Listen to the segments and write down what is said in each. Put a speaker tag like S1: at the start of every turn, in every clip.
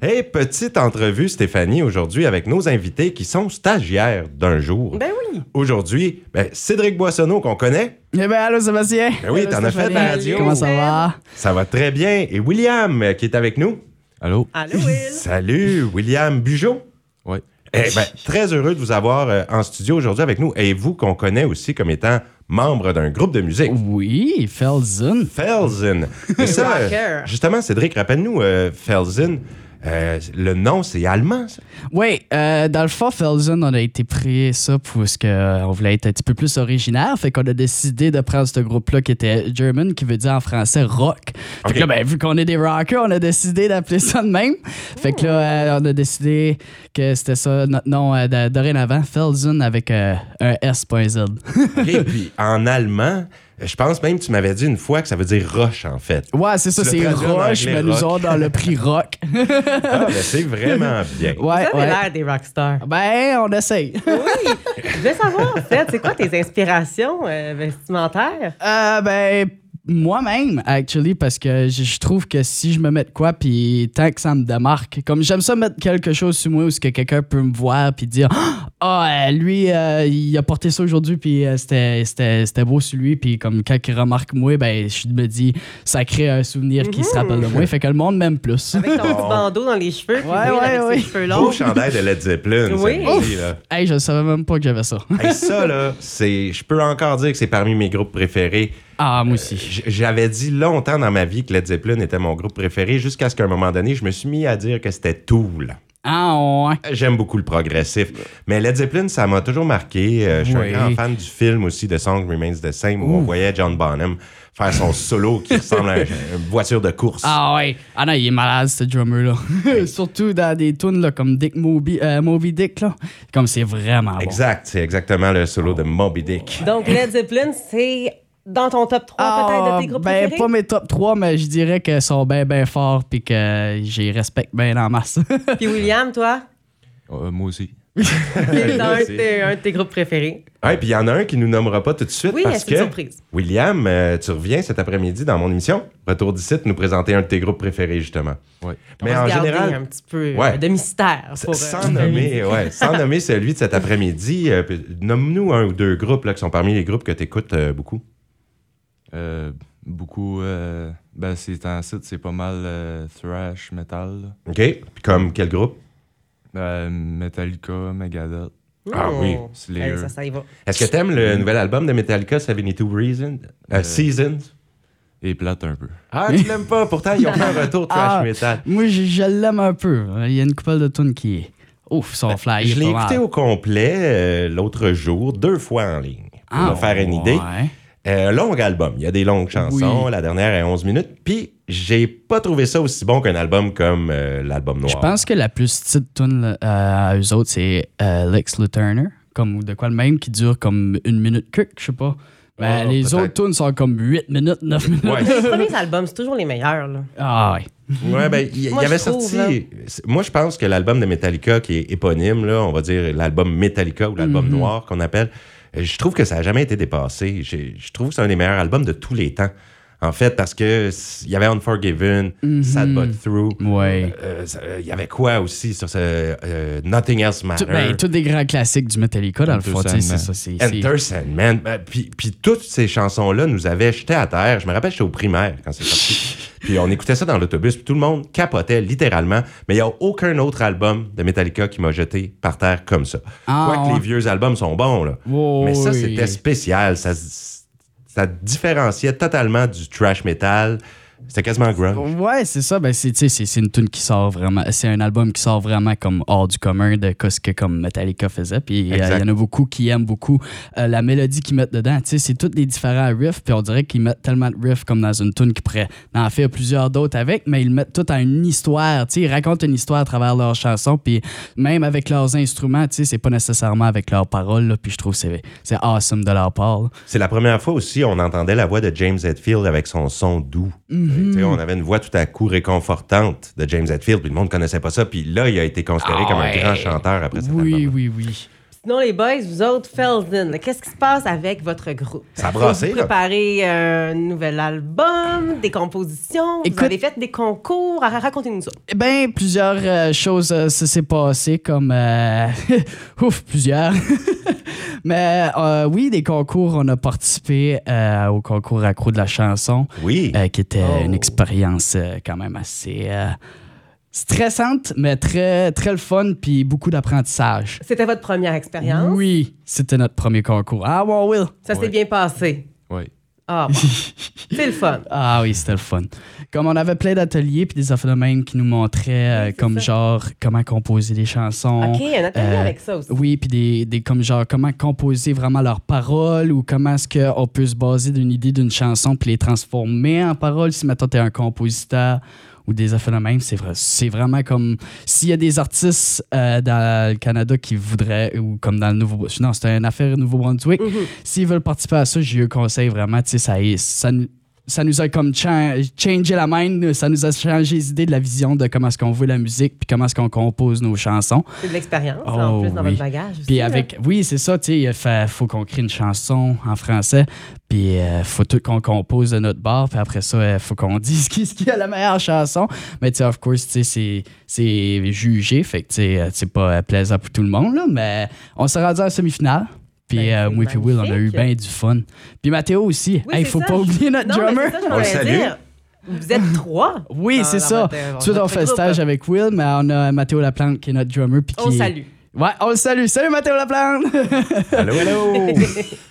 S1: Hey, petite entrevue, Stéphanie, aujourd'hui avec nos invités qui sont stagiaires d'un jour.
S2: Ben oui.
S1: Aujourd'hui, ben, Cédric Boissonneau qu'on connaît.
S3: Eh bien, allô Sébastien!
S1: Ben oui,
S3: Allô,
S1: t'en as fait
S3: Stéphanie.
S1: la radio.
S3: Comment ça va?
S1: Ça va très bien. Et William euh, qui est avec nous.
S4: Allô?
S2: Allô, Will.
S1: Salut, William Bugeaud.
S4: Ouais.
S1: Eh ben, très heureux de vous avoir euh, en studio aujourd'hui avec nous. Et vous qu'on connaît aussi comme étant membre d'un groupe de musique.
S3: Oui, Felsen.
S1: Felsen. Mais ça, euh,
S2: Rocker.
S1: justement, Cédric, rappelle-nous, euh, Felsen, euh, le nom, c'est allemand, ça?
S3: Oui, euh, dans le fond, Felsen, on a été pris ça parce qu'on euh, voulait être un petit peu plus originaire. Fait qu'on a décidé de prendre ce groupe-là qui était German, qui veut dire en français rock. Fait
S1: Ok.
S3: que là, ben, vu qu'on est des rockers, on a décidé d'appeler ça de même. Fait que là, euh, on a décidé que c'était ça notre nom euh, de- dorénavant, Felsen avec euh, un S, pas un Z.
S1: Et puis en allemand, je pense même que tu m'avais dit une fois que ça veut dire roche en fait.
S3: ouais, c'est ça,
S1: Tu
S3: c'est
S1: le traduis en
S3: Roche,
S1: anglais,
S3: mais nous
S1: rock.
S3: autres, dans le prix rock. ouais,
S1: Ah, ben, c'est vraiment bien.
S2: Vous avez
S3: ouais.
S2: l'air des rockstars.
S3: Ben, on essaye.
S2: Oui. Je voulais savoir, en fait, c'est quoi tes inspirations euh, vestimentaires?
S3: Euh, ben, moi-même, actually, parce que je, je trouve que si je me mets de quoi, puis tant que ça me démarque, comme j'aime ça mettre quelque chose sur moi où ce que quelqu'un peut me voir, puis dire Ah, euh, lui, euh, il a porté ça aujourd'hui, puis euh, c'était- c'était c'était beau sur lui, puis comme quand il remarque moi, ben, je me dis Ça crée un souvenir qui se rappelle de moi, fait que le monde m'aime plus.
S2: Avec ton
S1: Oh.
S2: petit bandeau dans les cheveux, puis
S3: Ouais,
S2: Will
S3: ouais,
S2: avec
S3: ouais.
S2: ses cheveux longs.
S1: Beau chandail de Led Zeppelin.
S2: Oui.
S1: cette fille, là.
S3: Hey, je savais même pas que j'avais ça.
S1: Hey, ça, là, c'est, je peux encore dire que c'est parmi mes groupes préférés.
S3: Ah, moi aussi.
S1: J- J'avais dit longtemps dans ma vie que Led Zeppelin était mon groupe préféré jusqu'à ce qu'à un moment donné, je me suis mis à dire que c'était Tool.
S3: Ah, ouais.
S1: J'aime beaucoup le progressif. Mais Led Zeppelin, ça m'a toujours marqué. Euh, je suis
S3: Oui.
S1: un grand fan du film aussi, The Song Remains the Same, où on voyait John Bonham faire son solo qui ressemble à un- une voiture de course.
S3: Ah ouais. Ah non, il est malade, ce drummer-là. Surtout dans des tunes là, comme Dick Moby, euh, Moby Dick. Là. Comme c'est vraiment bon.
S1: Exact, c'est exactement le solo de Moby Dick.
S2: Donc, Led Zeppelin, c'est dans ton top 3 peut-être
S3: Ah,
S2: de tes groupes
S3: ben,
S2: préférés?
S3: pas mes top 3, mais je dirais qu'ils sont bien, bien forts puis que j'y respecte bien en masse.
S2: Puis William, toi,
S4: Euh, moi aussi.
S2: c'est un, de tes- un de tes groupes préférés.
S1: Ah, et puis il y en a un qui nous nommera pas tout de suite
S2: Oui,
S1: parce
S2: c'est une
S1: que
S2: surprise.
S1: William, euh, tu reviens cet après-midi dans mon émission. Retour d'ici, tu nous présenter un de tes groupes préférés justement.
S4: Ouais.
S1: Mais
S2: On va
S1: en
S2: se garder
S1: général,
S2: un petit peu
S1: Ouais.
S2: euh, de mystère. Pour, euh,
S1: Sans nommer, ouais, sans nommer celui de cet après-midi, euh, puis nomme-nous un ou deux groupes là, qui sont parmi les groupes que tu écoutes beaucoup.
S4: Euh, beaucoup. Euh, ben, ces temps-ci, c'est pas mal euh, thrash, metal. là.
S1: OK? Puis comme quel groupe?
S4: Euh, Metallica, Megadeth.
S1: Ah oui,
S2: Oh.
S4: Slayer.
S2: Allez, ça, ça y va.
S1: Est-ce que t'aimes le nouvel album de Metallica, 72 Reasons? Mm. Euh, Seasons?
S4: Et plate un peu.
S1: Ah, tu l'aimes pas, pourtant ils ont fait un retour trash
S3: Ah,
S1: metal.
S3: Moi, je, je l'aime un peu. Il y a une couple de tunes qui. Ouf, sont fly.
S1: Ben, Je l'ai écouté au complet euh, l'autre jour, deux fois en ligne.
S3: Ah,
S1: Pour me faire une idée. Euh, long album, il y a des longues chansons,
S3: Oui.
S1: la dernière est 11 minutes. Puis j'ai pas trouvé ça aussi bon qu'un album comme euh, l'album noir.
S3: Je pense que la plus petite tune là, euh, à eux autres, c'est euh, Lex Luthorner, comme ou de quoi le même, qui dure comme une minute cuc, je sais pas. Ben,
S1: Ah,
S3: les
S1: peut-être.
S3: autres tunes sont comme 8 minutes, 9 minutes.
S1: Ouais.
S2: Les premiers albums, c'est toujours les meilleurs. Là.
S3: Ah ouais.
S1: Ouais, ben, il y,
S2: Moi,
S1: il avait
S2: je trouve,
S1: sorti.
S2: là.
S1: c'est- Moi, je pense que l'album de Metallica, qui est éponyme, là, on va dire l'album Metallica ou l'album
S3: Mhm.
S1: noir qu'on appelle, euh, je trouve que ça n'a jamais été dépassé. J'ai- Je trouve que c'est un des meilleurs albums de tous les temps. En fait, parce que s- il y avait Unforgiven, Sad But Through.
S3: Mhm. Ouais.
S1: euh, ça- euh, Il y avait quoi aussi sur ce euh, Nothing Else Matters?
S3: Tout- ben, tous des grands classiques du Metallica, dans le
S4: Enter
S3: fond, tu sais, c'est
S4: Sandman.
S3: ça. c'est- c'est-
S1: Enter Sandman. Ben, puis, puis toutes ces chansons-là nous avaient jetés à terre. Je me rappelle, j'étais au primaire quand c'est sorti. puis on écoutait ça dans l'autobus, puis tout le monde capotait littéralement. Mais il n'y a aucun autre album de Metallica qui m'a jeté par terre comme ça.
S3: Ah,
S1: Quoique
S3: ouais.
S1: les vieux albums sont bons, là.
S3: Oh,
S1: mais ça,
S3: oui.
S1: c'était spécial. Ça, s- ça différenciait totalement du thrash metal. C'était quasiment grunge.
S3: Ouais, c'est ça. Ben, c'est, tu sais, c'est, c'est une tune qui sort vraiment. C'est un album qui sort vraiment comme hors du commun de ce que comme Metallica faisait. Puis euh, il
S1: Exact.
S3: y en a beaucoup qui aiment beaucoup euh, la mélodie qu'ils mettent dedans. Tu sais, c'est tous les différents riffs. Puis on dirait qu'ils mettent tellement de riffs comme dans une tune qu'ils pourraient en faire plusieurs d'autres avec. Mais ils le mettent tout à une histoire. Tu sais, ils racontent une histoire à travers leurs chansons. Puis même avec leurs instruments, tu sais, c'est pas nécessairement avec leurs paroles. là. puis je trouve que c'est, c'est awesome de leur part. là.
S1: C'est la première fois aussi on entendait la voix de James Hetfield avec son son doux.
S3: Mhm.
S1: Euh, tu sais, on avait une voix tout à coup réconfortante de James Hetfield, puis le monde connaissait pas ça. Puis là, il a été considéré
S3: Ah
S1: comme un
S3: ouais.
S1: grand chanteur après cet
S3: Oui,
S1: album.
S3: oui, oui.
S2: Puis Sinon, les boys, vous autres, Felden, qu'est-ce qui se passe avec votre groupe?
S1: Ça a brassé,
S2: Vous
S1: là.
S2: préparez un nouvel album, des compositions,
S3: Écoute-
S2: vous avez fait des concours. Ra- Racontez-nous ça.
S3: Eh ben, plusieurs euh, choses euh, se s'est passé comme euh, ouf plusieurs. Mais euh, oui, des concours, on a participé euh, au concours accro de la chanson,
S1: Oui.
S3: euh, qui était
S2: Oh.
S3: une expérience euh, quand même assez euh, stressante, mais très très le fun puis beaucoup d'apprentissage.
S2: C'était votre première expérience.
S3: Oui, c'était notre premier concours. Ah bon, Will.
S2: Ça s'est
S4: Ouais.
S2: bien passé.
S4: Oui.
S2: Ah, bon. c'est le fun.
S3: Ah oui, c'était le fun. Comme on avait plein d'ateliers puis des affaires de même qui nous montraient euh,
S2: Oui, c'est
S3: comme
S2: ça.
S3: genre comment composer des chansons.
S2: OK, un atelier
S3: Euh,
S2: avec ça aussi.
S3: Oui, puis des, des comme genre comment composer vraiment leurs paroles ou comment est-ce qu'on peut se baser d'une idée d'une chanson puis les transformer en paroles si maintenant t'es un compositeur ou des affaires de même, c'est vrai, c'est vraiment comme s'il y a des artistes euh, dans le Canada qui voudraient ou comme dans le nouveau non c'était une affaire Nouveau-Brunswick
S2: Mhm.
S3: s'ils veulent participer à ça je conseille vraiment tu sais ça ça nous- ça nous a comme cha- changé la mind, ça nous a changé les idées de la vision de comment est-ce qu'on veut la musique, puis comment est-ce qu'on compose nos chansons.
S2: C'est de l'expérience,
S3: Oh,
S2: en plus, dans
S3: oui.
S2: votre bagage. aussi,
S3: Puis
S2: là.
S3: avec, oui, c'est ça, tu sais, il fa- faut qu'on crée une chanson en français, puis il faut tout qu'on compose de notre bar, puis après ça, il faut qu'on dise qui, qui a la meilleure chanson. Mais tu sais, of course, tu sais, c'est- c'est jugé, fait que tu sais, euh, c'est pas euh, plaisant pour tout le monde, là, mais on s'est rendu en semi-finale. Puis
S2: Ben,
S3: euh,
S2: c'est
S3: moi puis Will, on a eu
S2: magnifique.
S3: bien du fun. Puis Mathéo aussi.
S2: Oui,
S3: Hey,
S2: c'est
S3: faut
S2: ça,
S3: pas
S2: je-
S3: oublier notre
S2: Non, mais
S3: drummer.
S2: c'est ça, je
S1: On
S2: m'en
S1: le
S2: allais
S1: salue.
S2: dire. Vous êtes trois.
S3: Oui,
S2: dans-
S3: c'est
S2: dans
S3: ça.
S2: votre- dans
S3: Tout on
S2: votre
S3: fait le
S2: groupe.
S3: stage avec Will, mais on a Mathéo Laplante qui est notre drummer. puis
S2: On
S3: qui-
S2: salue.
S3: Ouais, on le salue. Salut Mathéo Laplante!
S1: Allô, allô!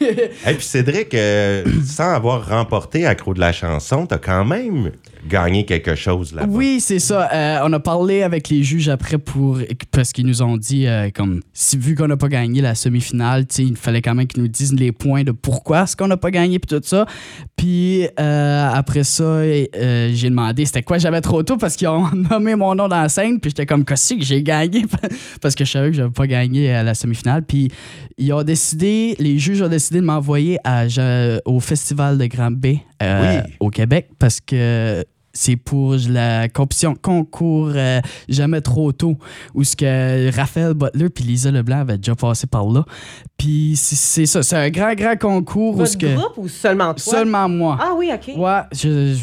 S1: Et puis Cédric, euh, sans avoir remporté Accro de la chanson, t'as quand même gagné quelque chose là-bas.
S3: Oui, c'est ça. Euh, on a parlé avec les juges après pour parce qu'ils nous ont dit euh, comme si vu qu'on n'a pas gagné la semi-finale, tu sais, il fallait quand même qu'ils nous disent les points de pourquoi est-ce qu'on n'a pas gagné puis tout ça. Puis euh, après ça, euh, j'ai demandé c'était quoi j'avais trop tôt parce qu'ils ont nommé mon nom dans la scène puis j'étais comme qu'est-ce que j'ai gagné parce que je savais que j'avais pas gagné à la semi-finale. Puis ils ont décidé, les juges ont décidé de m'envoyer à Je- au festival de Grand B
S1: Oui.
S3: au Québec parce que c'est pour la compétition concours euh, jamais trop tôt où ce que Raphaël Butler puis Lisa Leblanc avaient déjà passé par là. Puis c'est- c'est ça, c'est un grand grand concours où ce
S2: Votre
S3: que
S2: groupe ou seulement toi?
S3: seulement moi.
S2: Ah oui, OK.
S3: Ouais, je,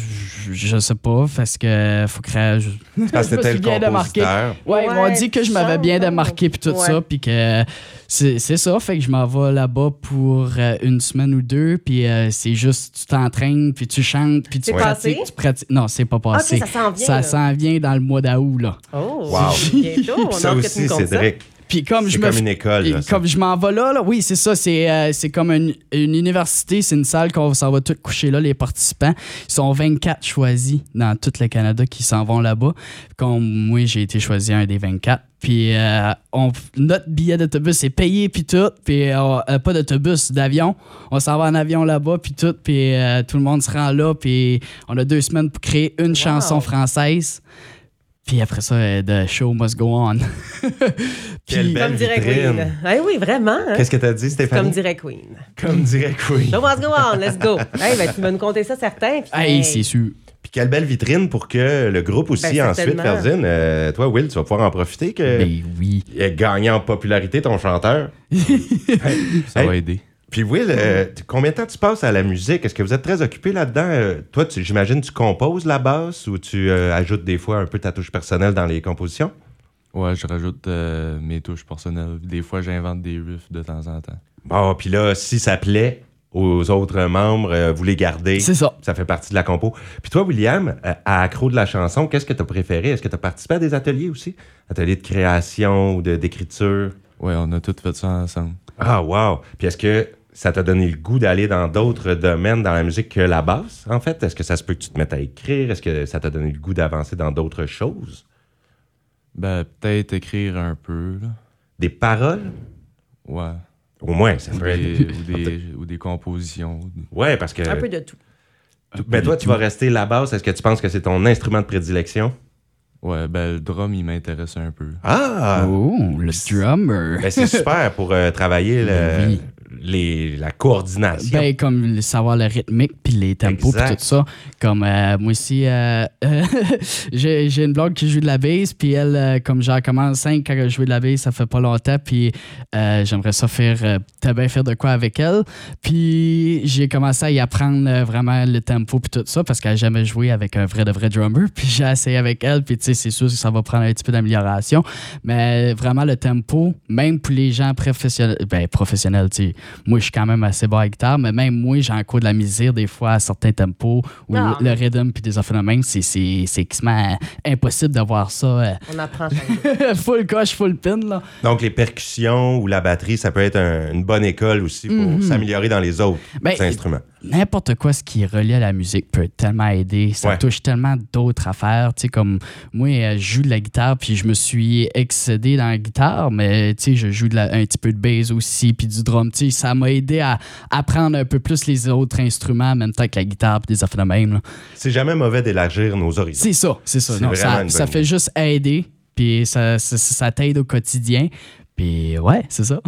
S3: je, je sais pas parce que faut que je,
S1: C'est Parce que
S3: je me
S1: t'étais le
S3: souviens de marquer.
S1: compositeur.
S3: Ouais, ils m'ont
S2: Ouais,
S3: dit que je
S2: tu
S3: m'avais
S2: chantes,
S3: bien
S2: hein?
S3: démarqué puis tout
S2: Ouais.
S3: ça, puis que c'est c'est ça, fait que je m'en vais là-bas pour euh, une semaine ou deux, puis euh, c'est juste tu t'entraînes, puis tu chantes, puis tu
S2: C'est passé?
S3: pratiques,
S2: Ah,
S3: tu pratiques. Non, c'est pas
S2: OK,
S3: passé.
S2: ça s'en vient.
S3: ça
S2: là.
S3: s'en vient dans le mois d'août, là.
S2: Oh,
S1: Wow.
S2: bientôt. On a
S1: Ça
S2: hâte que tu
S1: aussi,
S2: nous contes ça.
S1: Cédric,
S3: Puis comme je
S1: c'est
S3: me
S1: comme une école.
S3: Et
S1: là, ça.
S3: comme je m'en vais là, là, oui, c'est ça. C'est euh, c'est comme une, une université, c'est une salle qu'on s'en va tous coucher là, les participants. Ils sont 24 choisis dans tout le Canada qui s'en vont là-bas. Comme moi, j'ai été choisi un des 24. Puis euh, on, notre billet d'autobus est payé, puis tout. Puis euh, euh, pas d'autobus, d'avion. On s'en va en avion là-bas, puis tout. Puis euh, tout le monde se rend là. Puis on a deux semaines pour créer une chanson française. Puis après ça, euh, The Show Must Go On.
S1: Quelle
S3: Puis-
S1: belle
S2: Comme dirait
S1: vitrine.
S2: Queen. Eh oui, vraiment. hein?
S1: Qu'est-ce que t'as dit,
S2: Comme
S1: Stéphanie?
S2: dirait Queen.
S1: Comme dirait Queen.
S2: Show must go on, let's go. Eh ben, tu vas nous compter ça, certain. puis,
S3: Hey, c'est sûr.
S1: Puis quelle belle vitrine pour que le groupe aussi,
S2: Ben,
S1: ensuite,
S2: certainement.
S1: Ferdinand, euh, toi, Will, tu vas pouvoir en profiter que
S3: Ben oui.
S1: euh, gagner en popularité ton chanteur.
S4: Ça
S1: Hey.
S4: va aider.
S1: Puis Will, euh,
S2: Mm.
S1: t- combien de temps tu passes à la musique? Est-ce que vous êtes très occupé là-dedans? Euh, toi, tu- j'imagine tu composes la basse ou tu euh, ajoutes des fois un peu ta touche personnelle dans les compositions?
S4: Ouais, je rajoute euh, mes touches personnelles. Des fois, j'invente des riffs de temps en temps.
S1: Bon, puis là, si ça plaît aux autres membres, euh, vous les gardez.
S3: C'est ça.
S1: Ça fait partie de la compo. Puis toi, William, euh, à accro de la chanson, qu'est-ce que tu as préféré? Est-ce que tu as participé à des ateliers aussi? Ateliers de création ou de- d'écriture?
S4: Ouais, on a tout fait ça ensemble.
S1: Ah, wow! Puis est-ce que ça t'a donné le goût d'aller dans d'autres domaines dans la musique que la basse, en fait? Est-ce que ça se peut que tu te mettes à écrire? Est-ce que ça t'a donné le goût d'avancer dans d'autres choses?
S4: Ben, peut-être écrire un peu, là.
S1: Des paroles?
S4: Ouais.
S1: Au moins, ça
S4: Ou
S1: peut
S4: des,
S1: être...
S4: ou des- ou des compositions.
S1: Ouais, parce que...
S2: Un peu de tout.
S1: Ben toi, tu vas rester la basse. Est-ce que tu penses que c'est ton instrument de prédilection?
S4: Ouais, ben, le drum, il m'intéresse un peu.
S1: Ah!
S3: Oh, le drummer.
S1: Ben, c'est super pour euh, travailler le-
S3: Ben oui.
S1: les, la coordination.
S3: Ben, comme le- savoir le rythmique, puis les tempos, puis
S1: Exact.
S3: tout ça. Comme euh, moi aussi, euh, j'ai j'ai une blonde qui joue de la bass, puis elle, euh, comme j'en commence 5 quand elle joue de la bass, ça fait pas longtemps, puis euh, j'aimerais ça faire, euh, t'as bien faire de quoi avec elle. Puis j'ai commencé à y apprendre euh, vraiment le tempo, puis tout ça, parce qu'elle a jamais joué avec un vrai de vrai drummer, puis j'ai essayé avec elle, puis tu sais, c'est sûr que ça va prendre un petit peu d'amélioration, mais vraiment le tempo, même pour les gens professionnels, ben professionnels, tu sais, moi, je suis quand même assez bon à la guitare, mais même moi, j'ai encore de la misère des fois à certains tempos ou
S2: Non.
S3: le rhythm puis des affaires de même. C'est- C'est c'est quasiment impossible de voir ça
S2: On apprend chaque jour.
S3: euh, full coche, full pin. Là.
S1: Donc, les percussions ou la batterie, ça peut être un- une bonne école aussi pour
S2: Mhm.
S1: s'améliorer dans les autres
S3: Ben,
S1: instruments.
S3: N'importe quoi, ce qui est relié à la musique peut tellement aider. Ça
S1: Ouais.
S3: touche tellement d'autres affaires. Tu sais, comme moi, euh, je joue de la guitare puis je me suis excédé dans la guitare, mais tu sais, je joue de la- un petit peu de bass aussi puis du drum. Tu sais, ça m'a aidé à apprendre un peu plus les autres instruments en même temps que la guitare puis des affaires de même. là.
S1: C'est jamais mauvais d'élargir nos horizons.
S3: C'est ça, c'est ça.
S1: C'est
S3: Non,
S1: vraiment
S3: ça
S1: une
S3: ça
S1: bonne
S3: fait
S1: idée.
S3: juste aider, puis ça, ça, ça- ça t'aide au quotidien. Puis ouais, c'est ça.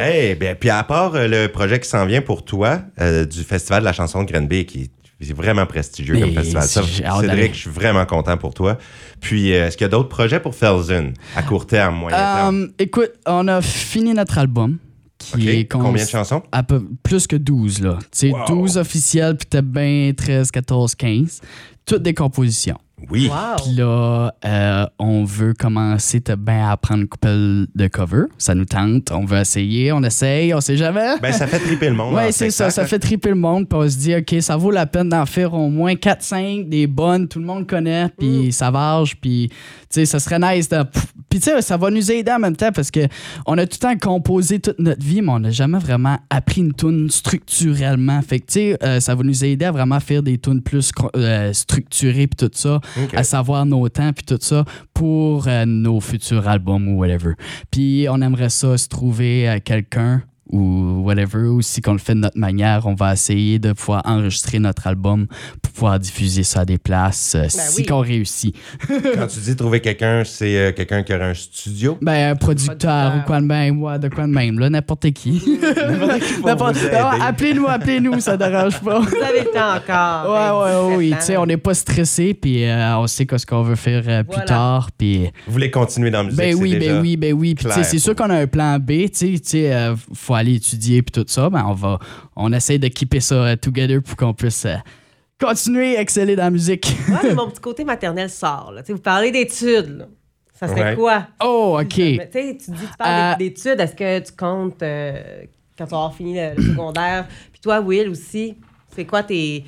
S1: Hey, ben, puis à part euh, le projet qui s'en vient pour toi, euh, du Festival de la chanson de Grenby, qui est vraiment prestigieux
S3: Mais
S1: comme festival. Ça,
S3: j'ai hâte d'aller.
S1: Cédric, je suis vraiment content pour toi. Puis, euh, est-ce qu'il y a d'autres projets pour Felsen à court terme, moyen terme?
S3: Euh, écoute, on a fini notre album. Qui
S1: OK.
S3: est cons-
S1: Combien de chansons?
S3: à peu, plus que 12, là. Tu sais,
S1: Wow.
S3: 12 officiels, puis t'as bien 13, 14, 15. Toutes des compositions.
S1: Oui.
S2: Wow.
S3: Puis là, euh, on veut commencer t'as bien à prendre une couple de cover. Ça nous tente. On veut essayer, on essaye, on sait jamais.
S1: Ben, ça fait triper le monde.
S3: Ouais,
S1: en
S3: c'est ça. Ça
S1: spectacle.
S3: fait triper le monde. Puis on se dit, OK, ça vaut la peine d'en faire au moins 4-5, des bonnes, tout le monde connaît, puis ça varge, puis tu sais, ça serait nice. De... Puis tu sais, ça va nous aider en même temps parce que on a tout le temps composé toute notre vie, mais on n'a jamais vraiment appris une tune structurellement. Fait que tu sais, euh, ça va nous aider à vraiment faire des tunes plus cro- euh, structurées, puis tout ça,
S1: OK.
S3: à savoir nos temps, puis tout ça, pour euh, nos futurs albums ou whatever. Puis on aimerait ça se trouver euh, quelqu'un ou whatever, ou si qu'on le fait de notre manière, on va essayer de pouvoir enregistrer notre album pour pouvoir diffuser ça à des places, euh, si
S2: oui.
S3: qu'on réussit.
S1: Quand tu dis trouver quelqu'un, c'est euh, quelqu'un qui aurait un studio.
S3: Ben, un producteur,
S2: Producteur.
S3: ou quoi de même, ouais, de quoi de même, là, n'importe qui. N'importe-
S1: vous aider.
S3: Ah, appelez-nous, appelez-nous, ça dérange pas.
S2: Vous avez le temps encore.
S3: Ouais,
S2: 27
S3: ouais, oui,
S2: ans.
S3: tu sais, on n'est pas stressé, puis euh, on sait ce qu'on veut faire euh, plus
S2: Voilà.
S3: tard, puis...
S1: Vous voulez continuer dans la musique?
S3: Ben
S1: c'est
S3: oui,
S1: déjà-
S3: ben oui, ben oui. Puis tu sais,
S1: clair
S3: c'est sûr qu'on a un plan B. Tu sais, tu sais, euh, faut aller étudier puis tout ça. Ben on va, on essaie de keeper ça euh, together pour qu'on puisse euh, continuer à exceller dans la musique.
S2: Ouais, mais mon petit côté maternel sort. Là. Tu sais, Vous parlez d'études. là. Ça serait
S1: Ouais.
S2: quoi?
S3: oh, ok.
S2: Mais, tu sais, tu dis tu parles
S3: Euh,
S2: d'études. Est-ce que tu comptes euh, quand tu vas avoir fini le, le secondaire? Puis toi, Will aussi, c'est quoi tes.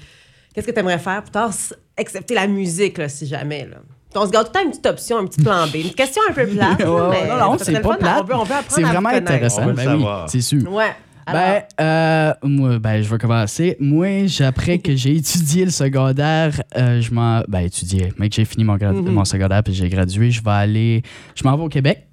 S2: Qu'est-ce que tu aimerais faire plus tard, s- excepté la musique, là, si jamais? Là? On se garde tout le temps une petite option, un petit plan B. Une question un peu plate.
S3: Ouais,
S2: là, mais
S3: ouais, non, non,
S2: ça serait
S3: c'est
S2: le
S3: pas
S2: fun.
S3: plate.
S2: On veut- on veut apprendre
S3: C'est
S2: à vous
S3: vraiment
S2: connaître.
S3: intéressant.
S1: On veut le
S3: Ben oui,
S1: savoir.
S3: c'est sûr.
S2: Ouais. Alors,
S3: Ben, euh, moi, ben, je vais commencer. Moi, j'ai- après que j'ai étudié le secondaire, euh, je m'en. Ben, étudié. Mec, j'ai fini mon, grad-
S2: Mm-hmm.
S3: mon secondaire puis j'ai gradué. Je vais aller. Je m'en vais au Québec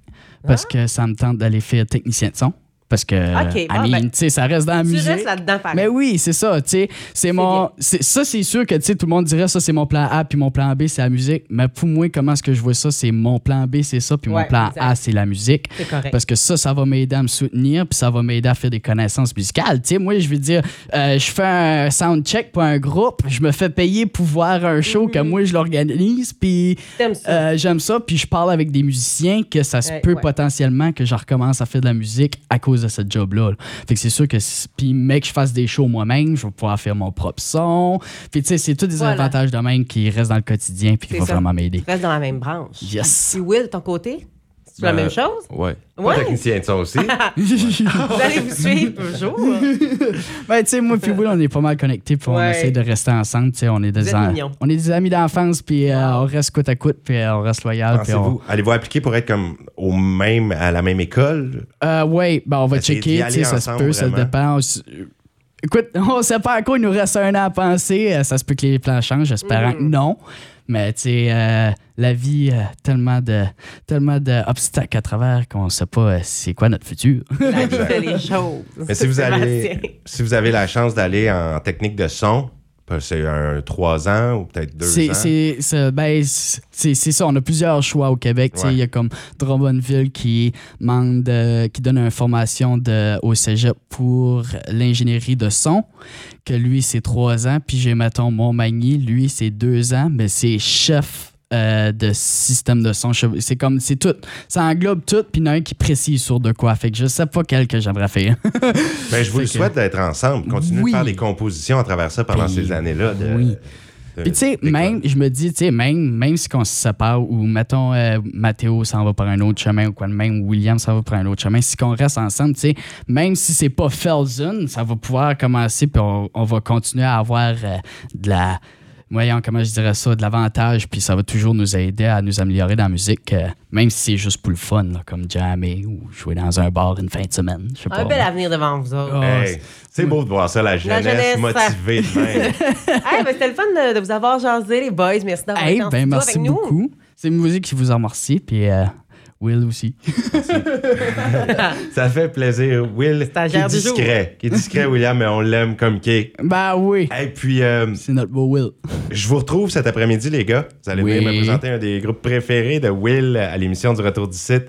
S3: parce que ça me tente d'aller faire technicien de son. Parce que,
S2: Ah. Ok,
S3: I
S2: bon,
S3: mean,
S2: ben,
S3: tu sais, ça reste dans la
S2: tu
S3: musique.
S2: restes là-dedans, pareil.
S3: Mais oui, c'est ça, tu sais, c'est mon
S2: bien.
S3: c'est- ça c'est sûr que tu sais tout le monde dirait ça c'est mon plan A puis mon plan B c'est la musique, mais pour moi comment est-ce que je vois ça c'est mon plan B c'est ça puis mon
S2: Ouais,
S3: plan
S2: exact.
S3: A c'est la musique.
S2: C'est correct.
S3: Parce que ça, ça va m'aider à me soutenir, puis ça va m'aider à faire des connaissances musicales. Tu sais, moi, je veux dire, euh, je fais un sound check pour un groupe, je me fais payer pour voir un show que moi, je l'organise, puis
S2: T'aimes Mhm. ça.
S3: euh, j'aime ça, puis je parle avec des musiciens que ça se
S2: Ouais,
S3: peut
S2: ouais.
S3: potentiellement que je recommence à faire de la musique à cause de ce job-là. là. Fait que c'est sûr que, si- puis mec, je fasse des shows moi-même, je vais pouvoir faire mon propre son. Puis tu sais, c'est tous des
S2: Voilà.
S3: avantages de même qui restent dans le quotidien, puis qui
S2: C'est
S3: vont
S2: ça.
S3: vraiment m'aider.
S2: tu restes dans la même branche.
S3: euh, Yes.
S2: Puis Will, de ton côté, c'est la
S4: Ben,
S2: même chose?
S4: Ouais.
S1: Pas
S2: Ouais.
S1: technicien de son aussi.
S3: Ah,
S2: Vous allez vous suivre un jour. Vous
S3: Ben, tu sais, moi puis Will, on est pas mal connectés, puis on
S2: Ouais.
S3: essaie de rester ensemble. Tu sais, on est
S2: Vous
S3: des
S2: êtes
S3: en-
S2: mignons.
S3: on est des amis d'enfance, puis euh, on reste côte à côte, puis euh, on reste loyal, puis on.
S1: Pensez-vous, allez-vous appliquer pour être comme au même, à la même école?
S3: Euh, ouais, ben on va
S1: Essayez d'y
S3: checker, tu sais,
S1: aller
S3: ça se
S1: ensemble,
S3: peut, ça
S1: vraiment.
S3: dépend. On s- Écoute, on sait pas à quoi il nous reste un an à penser. euh, Ça se peut que les plans changent, j'espère
S2: Mm.
S3: que non. Mais tu sais, euh, la vie, euh, tellement de tellement d'obstacles à travers qu'on sait pas euh, c'est quoi notre futur.
S2: faites les choses.
S1: Mais Ben, si vous,
S2: Sébastien.
S1: allez, si vous avez la chance d'aller en technique de son, Ben, C'est un trois ans ou peut-être deux
S3: C'est-
S1: ans.
S3: C'est c'est- ben, c'est- c'est ça, on a plusieurs choix au Québec. tu sais.
S1: Ouais.
S3: Il y a comme Drummondville qui, manque de- qui donne une formation de, au cégep pour l'ingénierie de son, que lui, c'est trois ans. Puis j'ai, mettons, Montmagny, lui, c'est deux ans, mais c'est chef. euh, de système de son Chef- c'est comme c'est tout ça englobe tout puis il y en a un qui précise sur de quoi fait que je sais pas quel que j'aimerais faire
S1: Ben, je vous le
S3: Fait que-
S1: souhaite d'être ensemble. Continuez
S3: Oui.
S1: de faire des compositions à travers ça pendant
S3: Puis-
S1: ces années-là. de-
S3: oui.
S1: de-
S3: Puis tu sais,
S1: d'école.
S3: même, je me dis, tu sais, même, même si on se sépare ou, mettons, euh, Mathéo s'en va par un autre chemin ou quoi de même, ou William s'en va par un autre chemin, si qu'on reste ensemble, tu sais, même si c'est pas Felsen, ça va pouvoir commencer puis on, on va continuer à avoir euh, de la... Voyons, comment je dirais ça, de l'avantage, puis ça va toujours nous aider à nous améliorer dans la musique, euh, même si c'est juste pour le fun, là, comme jammer ou jouer dans un bar une fin de semaine, je sais pas.
S2: Un bel avenir devant vous autres.
S3: Ah,
S1: Hey, c'est beau de voir ça, la jeunesse,
S2: jeunesse.
S1: motivée de même.
S2: Hey, ben, c'était le fun de, de vous avoir jasé, les boys. Merci d'avoir
S3: Hey,
S2: été en
S3: ben
S2: studio
S3: merci
S2: avec nous.
S3: beaucoup. C'est une musique qui vous en remercie, puis euh, Will aussi.
S1: ça fait plaisir. Will, qui est
S2: Stagiaire du jour.
S1: discret. Qui est discret, William, mais on l'aime comme qui est.
S3: Ben oui.
S1: Et puis, euh,
S3: C'est notre beau halt, Will.
S1: je vous retrouve cet après-midi, les gars. Vous allez
S3: Oui.
S1: venir me présenter un des groupes préférés de Will à l'émission du Retour du site.